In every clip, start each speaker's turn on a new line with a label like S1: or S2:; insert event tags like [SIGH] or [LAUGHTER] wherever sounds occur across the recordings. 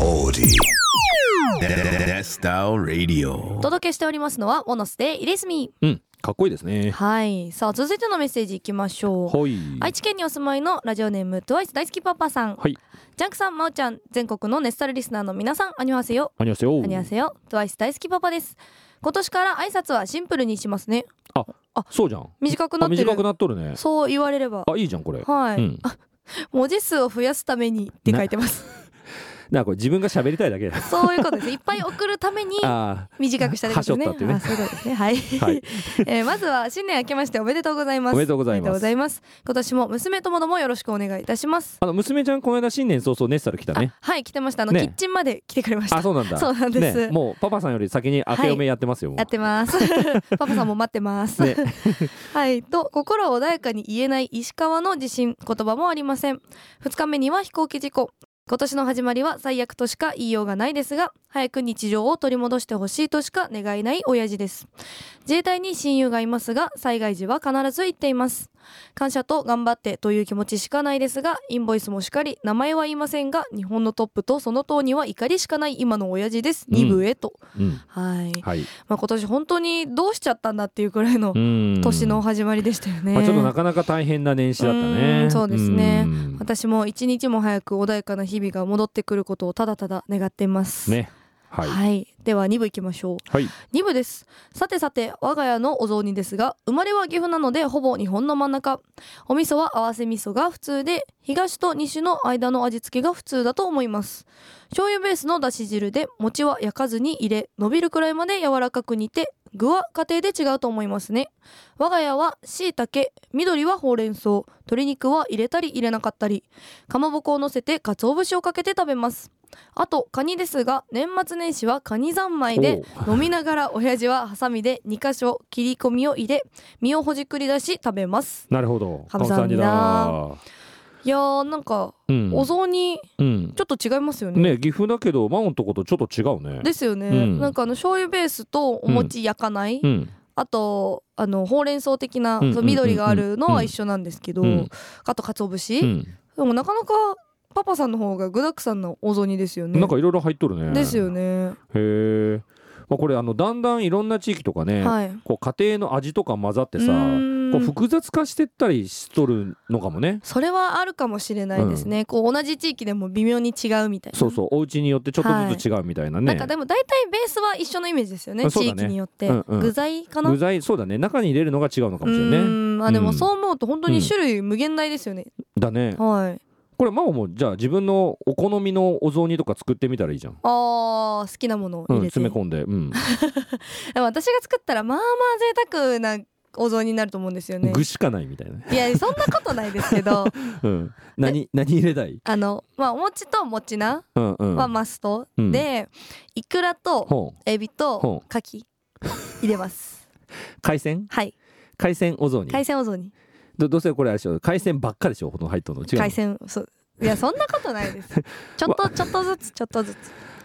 S1: Audi. Style Radio.
S2: お届けしておりますのはモノスでイレスミ
S3: うん、かっこいいですね。
S2: はいさあ続いてのメッセージいきましょう
S3: はい。
S2: 愛知県にお住まいのラジオネーム TWICE 大好きパパさん、
S3: はい
S2: ジャンクさんまおちゃん全国のネスタルリスナーの皆さんアニョハセヨ
S3: ありますよ。
S2: アニョハセヨ TWICE 大好きパパです今年から挨拶はシンプルにしますね
S3: そうじゃん。
S2: 短くな
S3: あ
S2: ってる
S3: 短くなっとるね。
S2: そう言われれば
S3: あ、いいじゃん、これ。
S2: はい、
S3: うん
S2: あ文字数を増やすためにって書いてます
S3: なんかこれ自分が喋りたいだけ。
S2: そういうことですいっぱい送るために
S3: あ
S2: 短くしただけですね。
S3: はしょったってね
S2: あそういうことですね。はい。
S3: あ、はい。
S2: [LAUGHS] えーまずは新年明けましておめでとうございます。
S3: おめでとうござい
S2: おめでとう
S3: ま
S2: ござ
S3: す。
S2: います。今年も娘ともどもよろしくお願いいたします。
S3: あの娘ちゃんこの間新年早々ネッサル来たね。
S2: あはい、来てました。あの、
S3: ね
S2: キッチンまで来てくれました。
S3: あ、そうなんだ。
S2: そうなんです
S3: ねもうパパさんより先に明け嫁やってますよ。もう
S2: やってます。 [LAUGHS] パパさんも待ってます。
S3: ね
S2: [LAUGHS] はい。と、心を穏やかに言えない石川の地震、言葉もありません。2日目には飛行機事故。今年の始まりは最悪としか言いようがないですが、早く日常を取り戻してほしいとしか願いない親父です。自衛隊に親友がいますが、災害時は必ず行っています。感謝と頑張ってという気持ちしかないですが、インボイスもしかり、名前は言いませんが、日本のトップとその党には怒りしかない今の親父です。
S3: うん
S2: 二部へと。
S3: うん。
S2: はい。
S3: はい。
S2: まあ、今年本当にどうしちゃったんだっていうくらいの
S3: うん。
S2: 年の。始まりでしたよね。
S3: まあちょっとなかなか大変な年始だった
S2: う
S3: ね。
S2: んそうですね
S3: うん
S2: 私も一日も早く穏やかな日々が戻ってくることをただただ願っています。
S3: ね。はい。
S2: では2部いきましょう
S3: はい。
S2: 2部ですさてさて我が家のお雑煮ですが生まれは岐阜なのでほぼ日本の真ん中お味噌は合わせ味噌が普通で東と西の間の味付けが普通だと思います醤油ベースのだし汁で餅は焼かずに入れ伸びるくらいまで柔らかく煮て具は家庭で違うと思いますね我が家は椎茸緑はほうれん草鶏肉は入れたり入れなかったりかまぼこを乗せて鰹節をかけて食べますあとカニですが年末年始はカニ三昧で
S3: お
S2: 飲みながら親父はハサミで2箇所切り込みを入れ身をほじくり出し食べます
S3: なるほど。
S2: 감사합니다
S3: 감사합니다
S2: いやーなんか
S3: うん。
S2: お雑煮
S3: うん
S2: ちょっと違いますよね
S3: ね岐阜だけどマオンとことちょっと違うね。
S2: ですよね、
S3: うん
S2: なんかあの醤油ベースとお餅焼かない、
S3: うん。
S2: あとあのほうれん草的な、
S3: うん
S2: その緑があるのは一緒なんですけど、
S3: うん
S2: あと鰹節、
S3: うん。
S2: でもなかなかパパさんの方が具沢山のお雑煮ですよね
S3: なんかいろいろ入っとるね。
S2: ですよ。ね、
S3: へえ。まあこれあのだんだんいろんな地域とかね、
S2: はい
S3: こう家庭の味とか混ざってさ
S2: う、ーん
S3: こう複雑化してったりしとるのかもね。
S2: それはあるかもしれないですね、こう同じ地域でも微妙に違うみたいな
S3: そうそう、お家によってちょっとずつ違うみたいなね。
S2: なんかでも大体ベースは一緒のイメージですよね
S3: あそう
S2: 地
S3: だね
S2: 域によって、
S3: うんうん
S2: 具材かな
S3: 具材そうだね、中に入れるのが違うのかもし
S2: う
S3: れ
S2: ー
S3: ないね。
S2: んあで
S3: う
S2: も
S3: ん
S2: そう思うと本当に種類無限大ですよね、
S3: だね。
S2: はい
S3: これマオもじゃあ自分のお好みのお雑煮とか作ってみたらいいじゃん。
S2: あー好きなものを
S3: う
S2: 入
S3: ん、
S2: れて、
S3: 詰め込んで、
S2: [LAUGHS]
S3: うん、
S2: でも私が作ったらまあまあ贅沢なお雑煮になると思うんですよね
S3: 具しかないみたいなね。
S2: いやそんなことないですけど [LAUGHS]
S3: うん、何、何入れたい。
S2: あのまあお餅と餅な
S3: うん、うん。
S2: はマスト、
S3: うん
S2: でいくらと
S3: ほう、
S2: エビ
S3: ほ
S2: と牡蠣入れ
S3: [LAUGHS]
S2: ます
S3: 海鮮、
S2: はい
S3: 海鮮お雑煮。
S2: 海鮮お雑煮
S3: どどうせこれあれでしょ海鮮ばっかりでしょほとんど入っとるの違うの
S2: 海鮮そういやそんなことないです
S3: [LAUGHS]
S2: ちょっとちょっとずつちょっとずつ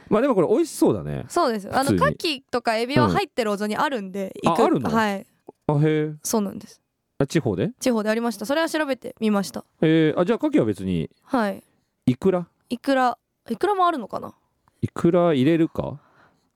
S3: まあでもこれ美味しそうだね
S2: そうですよあの
S3: 普
S2: 牡
S3: 通に
S2: 蠣とかエビは入ってるお雑煮あるんで、
S3: うん
S2: いく
S3: ああるの
S2: はい
S3: あへえ
S2: そうなんです
S3: あ地方で
S2: 地方でありましたそれは調べてみました
S3: えー、あじゃあ牡蠣は別に
S2: はい
S3: いくら
S2: いくらいくらもあるのかない
S3: くら入れるか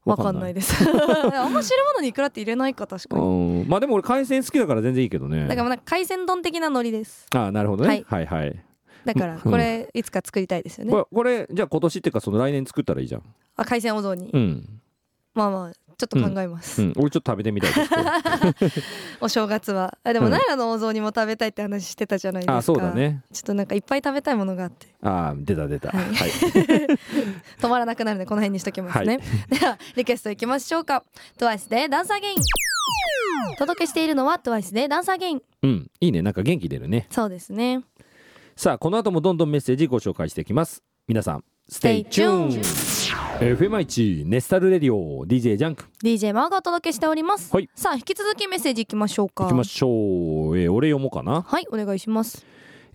S2: わかんない
S3: い
S2: です
S3: [LAUGHS]
S2: あんま汁物にいくらって入れないか確かに
S3: うんまあでも俺海鮮好きだから全然いいけどね
S2: だからなんか海鮮丼的なノリです
S3: あなるほどね、
S2: はい
S3: はいはい
S2: だからこれいつか作りたいですよね
S3: これこれじゃあ今年っていうかその来年作ったらいいじゃん
S2: あ海鮮お雑煮
S3: うん、
S2: まあまあちょっと考えます、
S3: うん、俺ちょっと食べて
S2: [LAUGHS]
S3: みたいです
S2: お正月はあでも
S3: うん
S2: 奈良のお雑煮も食べたいって話してたじゃないですか
S3: あそうだね
S2: ちょっとなんかいっぱい食べたいものがあって
S3: あ出た出た
S2: はい
S3: はい、
S2: 止まらなくなるのでこの辺にしときますね、ではリクエストいきましょうか TWICE でダンサーゲインお届けしているのは TWICE でダンサーゲイン
S3: うんいいねなんか元気出るね
S2: そうですね
S3: さあこの後もどんどんメッセージご紹介していきます皆さん
S2: Stay
S3: Stay
S2: tuned
S3: tuned FM1 ネスタルレディオ DJ ジャンク
S2: DJ マーがお届けしております、
S3: はい
S2: さあ引き続きメッセージいきましょうか
S3: いきましょう、えー俺読もうかな、
S2: はいお願いします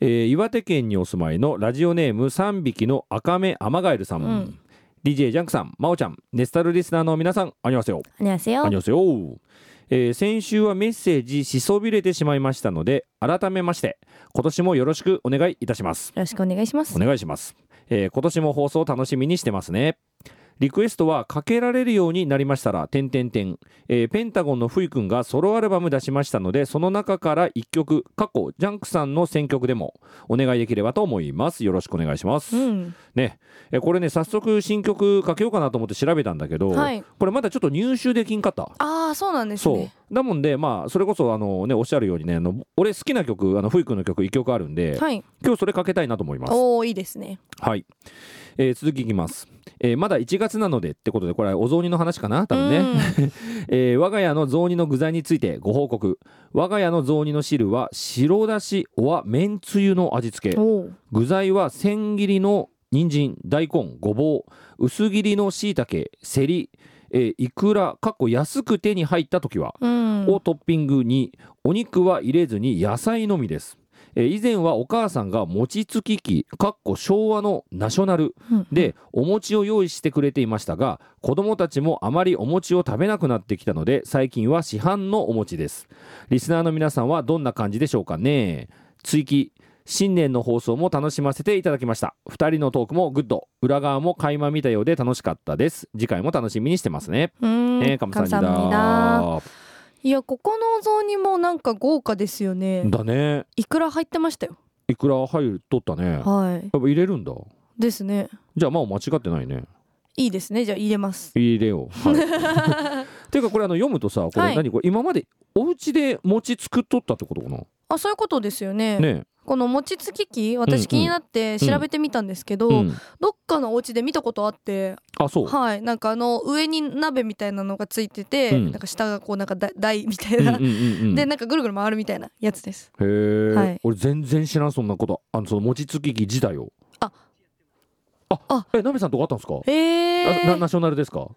S3: えー岩手県にお住まいのラジオネーム3匹の赤目アマガエルさん、
S2: うん
S3: DJ ジャンクさんまおちゃんネスタルリスナーの皆さんあにわせよ
S2: 안녕하세요
S3: あにわせよ、えー先週はメッセージしそびれてしまいましたので改めまして今年もよろしくお願いいたします
S2: よろしくお願いします
S3: お願いします、えー今年も放送を楽しみにしてますねリクエストはかけられるようになりましたら、点点点。えーペンタゴンのふいくんがソロアルバム出しましたので、その中から1曲、過去、ジャンクさんの選曲でもお願いできればと思います。よろしくお願いします。
S2: うん
S3: ね、えーこれね、早速新曲かけようかなと思って調べたんだけど、
S2: はい
S3: これまだちょっと入手できんかった。
S2: ああそうなんです
S3: そ
S2: ね
S3: うだもんで、まあ、それこそあの、ね、おっしゃるようにねあの俺好きな曲あのふいくんの曲1曲あるんで、
S2: はい
S3: 今日それかけたいなと思います。
S2: おおいいですね
S3: はい、えー続きいきます、えーまだ1月なのでってことでこれはお雑煮の話かな多分ね、えー我が家の雑煮の具材についてご報告我が家の雑煮の汁は白だしおわめんつゆの味付
S2: う
S3: [LAUGHS]
S2: ん
S3: け
S2: おー
S3: 具材は千切りの人参大根ごぼう薄切りのしいたけせり、えーいくらかっこ安く手に入った時は
S2: うん
S3: をトッピングにお肉は入れずに野菜のみです、えー以前はお母さんが餅つき機かっこ昭和のナショナル
S2: うん
S3: でお餅を用意してくれていましたが子供たちもあまりお餅を食べなくなってきたので最近は市販のお餅ですリスナーの皆さんはどんな感じでしょうかね追記新年の放送も楽しませていただきました2人のトークもグッド裏側も垣間見たようで楽しかったです次回も楽しみにしてますね、
S2: うん
S3: ねえかむさんにだ
S2: 감사합니다いやここのお雑煮もなんか豪華ですよね
S3: だね
S2: いくら入ってましたよ
S3: いくら入るとったねやっ
S2: はい
S3: ぱ入れるんだ
S2: ですね
S3: じゃあまあ間違ってないね
S2: いいですねじゃあ入れます
S3: 入れよう、はい
S2: [LAUGHS]
S3: ていうかこれあの読むとさこ
S2: は
S3: れ
S2: い
S3: 何これ今までお家で餅作っとったってことかな、
S2: あそういうことですよね
S3: ね
S2: この餅つき機
S3: うんう
S2: 私
S3: ん
S2: 気になって調べてみたんですけど、
S3: うん、
S2: どっかのお家で見たことあって
S3: あそう、
S2: はいなんかあの上に鍋みたいなのがついてて、
S3: うん
S2: なんか下がこうなんかだ台みたい
S3: うんう
S2: な、
S3: んうんう
S2: [LAUGHS]
S3: ん
S2: でなんかぐるぐる回るみたいなやつです
S3: へえ、
S2: はい
S3: 俺全然知らんそんなことあのその餅つき機自体を
S2: あ
S3: あ
S2: あ
S3: えなべさんとかあったんですか、
S2: へえ
S3: あなナショナルですか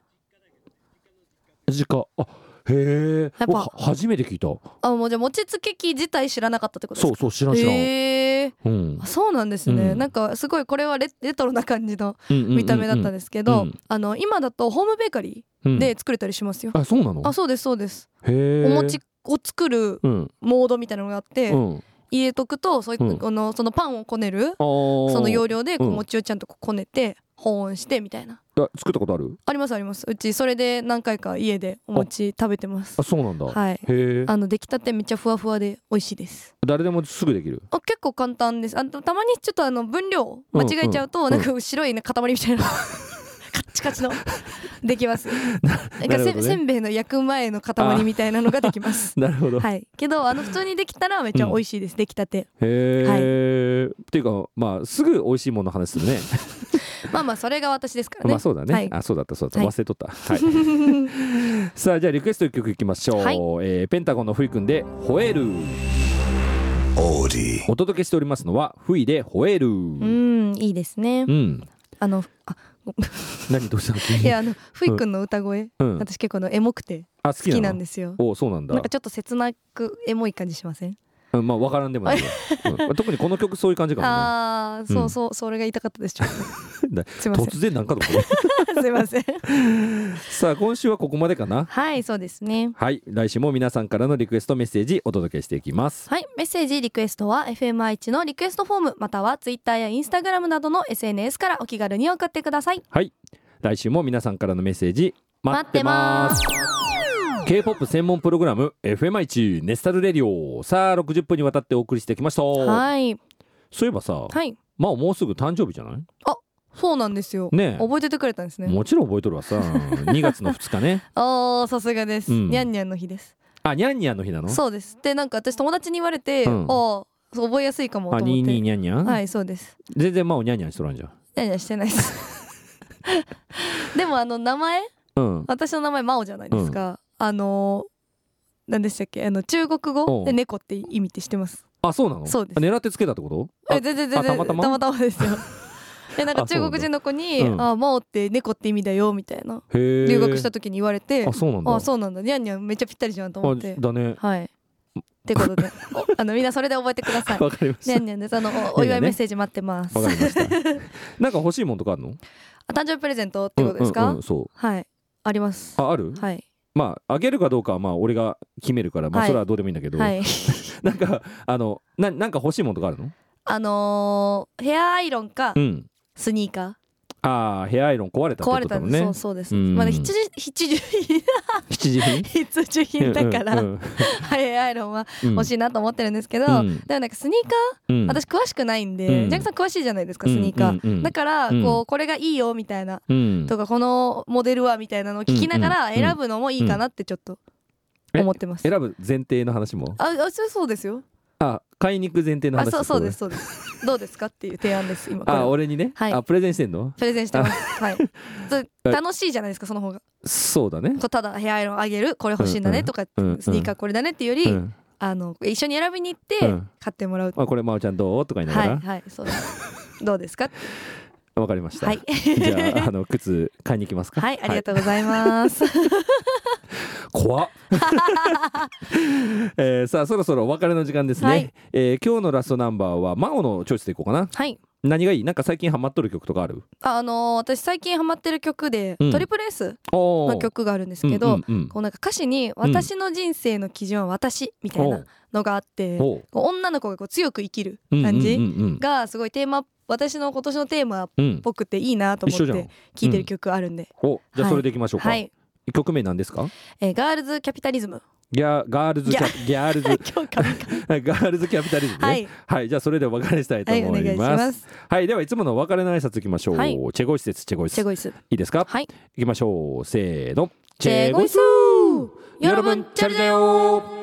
S3: 実家あへえ
S2: やっぱ
S3: わ初めて聞いた
S2: あもうじゃあ餅つき機自体知らなかったってことです
S3: そう
S2: か
S3: そう知らん知らん、
S2: へえ
S3: うん
S2: あそうなんですね、
S3: うん
S2: なんかすごいこれはレレトロな感じの
S3: うんうんうんうん
S2: 見た目だったんですけど、
S3: うん
S2: あの今だとホームベーカリ
S3: うん
S2: ーで作れたりしますよ、
S3: あそうなの
S2: あそうですそうです、
S3: へ
S2: お
S3: え
S2: 餅を作る
S3: うん
S2: モードみたいなのがあって、
S3: うん
S2: 入れとくとそうい
S3: うん
S2: このそのパンをこねる
S3: そ
S2: その容量でこう
S3: うん
S2: 餅をちゃんとこうこねて保温してみたいな
S3: 作ったことある
S2: ありますありますうちそれで何回か家でお餅食べてます
S3: あそうなんだ、
S2: はい
S3: へえ
S2: あの出来たてめっちゃふわふわで美味しいです
S3: 誰でもすぐできる
S2: あ結構簡単ですあとたまにちょっとあの分量
S3: うん
S2: 間違えちゃうと
S3: うん
S2: なんか白いね塊みたい
S3: [LAUGHS]
S2: なカッチカチのできますなん
S3: な
S2: か
S3: るほ
S2: せ,、
S3: どね
S2: せんべいの焼く前の塊みた [LAUGHS] いなのができます
S3: なるほど、
S2: はいけどあの普通にできたらめっちゃ美味しいです、出来たて
S3: へえ、っていうかまあすぐ美味しいものの話
S2: [LAUGHS]
S3: するね
S2: まあまあそれが私ですからね
S3: まあそうだね、
S2: はい
S3: あそうだったそうだっ
S2: は
S3: た
S2: い
S3: 忘れとった、はい、
S2: [LAUGHS]
S3: さあじゃあリクエスト一曲いきましょう、
S2: はい
S3: えーペンタゴンのふいくんで「吠える」
S1: Audi.
S3: お届けしておりますのは「ふいで吠える」う、
S2: うんんいいですねあのあ
S3: 何どうしたの急に
S2: いやあのふいくんの歌声、
S3: うん
S2: 私結構あのエモくて
S3: あ好
S2: 好きなん
S3: で
S2: ですよ
S3: おそうなんだ
S2: なんかちょっと切なくエモい感じしません
S3: うんまあわからんでもないよ、
S2: [LAUGHS]
S3: うん特にこの曲そういう感じかもね
S2: あーそうそう、それが言いたかったですちょっ
S3: [LAUGHS] だ
S2: とすいません
S3: 突然なんかと
S2: [LAUGHS] すいません
S3: さあ今週はここまでかな
S2: はいそうですね
S3: はい来週も皆さんからのリクエストメッセージお届けしていきます
S2: はいメッセージリクエストは FMI1 のリクエストフォームまたはツイッターやインスタグラムなどの SNS からお気軽に送ってください
S3: 来週も皆さんからのメッセージ待ってます
S2: 待ってま
S3: K-POP 専門プログラム FMI1 ネスタルレディオさあ60分にわたってお送りしてきました
S2: すはい
S3: そういえばさ、
S2: はい
S3: まあもうすぐ誕生日じゃない
S2: そうなんですよ、
S3: ねえ
S2: 覚えててくれたんですね
S3: もちろん覚えとるわ
S2: [LAUGHS]
S3: さ2月の2日ね
S2: あーさすがです、
S3: うん
S2: にゃんにゃんの日です
S3: あにゃんにゃんの日なの
S2: そうですでなんか私友達に言われて、
S3: うん
S2: ああ覚えやすいかもと
S3: あ
S2: 思って
S3: にーにーにゃんにゃん、
S2: はいそうです
S3: 全然まおにゃんにゃんしとらんじゃん
S2: いやいやしてないです [LAUGHS] でもあの名前
S3: うん
S2: 私の名前真央じゃないですか、あのー、何でしたっけあの中国
S3: お
S2: 語
S3: う
S2: で猫って意味って知ってます
S3: あそうなの
S2: そうです
S3: 狙ってつけたってことあ
S2: え全然全然
S3: たまたま
S2: たまたま
S3: [LAUGHS]
S2: ですよえなんか
S3: あそ
S2: 中
S3: うなんだ
S2: 国人の子に「
S3: うん
S2: あ真央って猫って意味だよ」みたいな
S3: へー
S2: 留学した時に言われて
S3: あそうなんだ
S2: あそうなんだにゃんにゃんめっちゃぴったりじゃんと思って
S3: あだね
S2: はいってこと
S3: [LAUGHS]
S2: でおあのみんなそれで覚えてください
S3: わかりま
S2: にゃ
S3: し
S2: んにゃんですあのおお
S3: に
S2: 祝
S3: ゃんにゃ
S2: い
S3: んね
S2: メッセージ待ってます
S3: たわかりました
S2: [LAUGHS]
S3: なんか欲しいもんとかあるの
S2: あ誕生日プレゼントってことですか、
S3: うんうんうんそう
S2: はいあります
S3: あある
S2: はい
S3: まああげるかどうかはまあ俺が決めるから、まあ、
S2: はい
S3: それはどうでもいいんだけど、
S2: はい
S3: [LAUGHS] なんかあのななんか欲しいものとかあるの
S2: あのーヘアアイロンか
S3: うん
S2: スニーカ
S3: ああヘアアイロン壊れ
S2: ー
S3: たってこ
S2: 壊
S3: と
S2: れ
S3: だ
S2: た
S3: も
S2: ん
S3: ん
S2: です、
S3: ね
S2: そうそうです、
S3: うん
S2: まだ必需必需品
S3: [LAUGHS] 七
S2: [LAUGHS]
S3: 時品
S2: 必需品だから、
S3: うん
S2: はいアイロンは
S3: うん
S2: 欲しいなと思ってるんですけど、
S3: うん
S2: でもなんかスニーカ
S3: うん
S2: ー私詳しくないんで、
S3: うん
S2: ジャンクさん詳しいじゃないですかスニーカー、
S3: うんうん
S2: だから
S3: うん
S2: こうこれがいいよみたいな
S3: うん
S2: とかこのモデルはみたいなのを聞きながら
S3: うんうん
S2: 選ぶのもいいかなってちょっと
S3: うん
S2: 思ってます、
S3: 選ぶ前提の話も
S2: ああそうそうですよ
S3: あ買いに行く前提の
S2: あ
S3: 話
S2: そうそうですすそうですどうですかっていう提案です今これ
S3: あ俺にね、
S2: はい
S3: あプレゼンしてんの
S2: プレゼンしてます
S3: [LAUGHS]
S2: はいそう楽しいじゃないですかその方が
S3: そうだね
S2: こうただヘアアイロンあげるこれ欲しいんだ
S3: うんう
S2: ね
S3: ん
S2: とか
S3: うん
S2: スニーカーこれだねっていうより、
S3: うん
S2: あの一緒に選びに行って
S3: うん
S2: 買ってもらう、
S3: まあ、これまおちゃんどうとか言いなが
S2: は
S3: ら
S2: い
S3: わ、
S2: はいそうですどう
S3: [LAUGHS]
S2: ですか
S3: かりました、
S2: はい
S3: [LAUGHS] じゃああの靴買いに行きます
S2: [LAUGHS]
S3: か
S2: はいありがとうございます、
S3: 怖っ、 [LAUGHS] えーさあそろそろお別れの時間ですね、
S2: はい
S3: えー今日のラストナンバーは真央のチョイスでいこうかな
S2: はい
S3: 何がいいなんか最近ハマっとる曲とかある
S2: ああのー私最近ハマってる曲で、
S3: うん
S2: トリプル S
S3: おー
S2: の曲があるんですけど、
S3: うんうんうん
S2: こうなんか歌詞に「私の人生の基準は私」みたいなのがあって、
S3: おう
S2: こう女の子がこう強く生きる感
S3: うんう
S2: じ
S3: んうん
S2: がすごいテーマ私の今年のテーマっ
S3: うん、うん
S2: ぽくていいなと思っ
S3: 一緒じゃん
S2: て聴いてる曲あるんで、
S3: おじゃあそれでいきましょうか、
S2: はい、
S3: 曲名なんですか
S2: えーガールズキャピタリズム
S3: ギャガールズキャギャールズ [LAUGHS]
S2: 今日神々
S3: ガールズキャピタリズムね
S2: はい、
S3: はい、じゃあそれでお別れしたいと
S2: はい、お
S3: 思
S2: 願い
S3: い
S2: し
S3: ます
S2: ます
S3: はい、ではいつものお別れの挨拶いきましょう。
S2: はい
S3: チェゴイスです、チェゴイス。
S2: チェ
S3: い
S2: ゴイス
S3: いですか。
S2: はい
S3: 行きましょう。せーの。
S2: チェゴイス
S3: チェゴイス。
S2: 여러분잘자요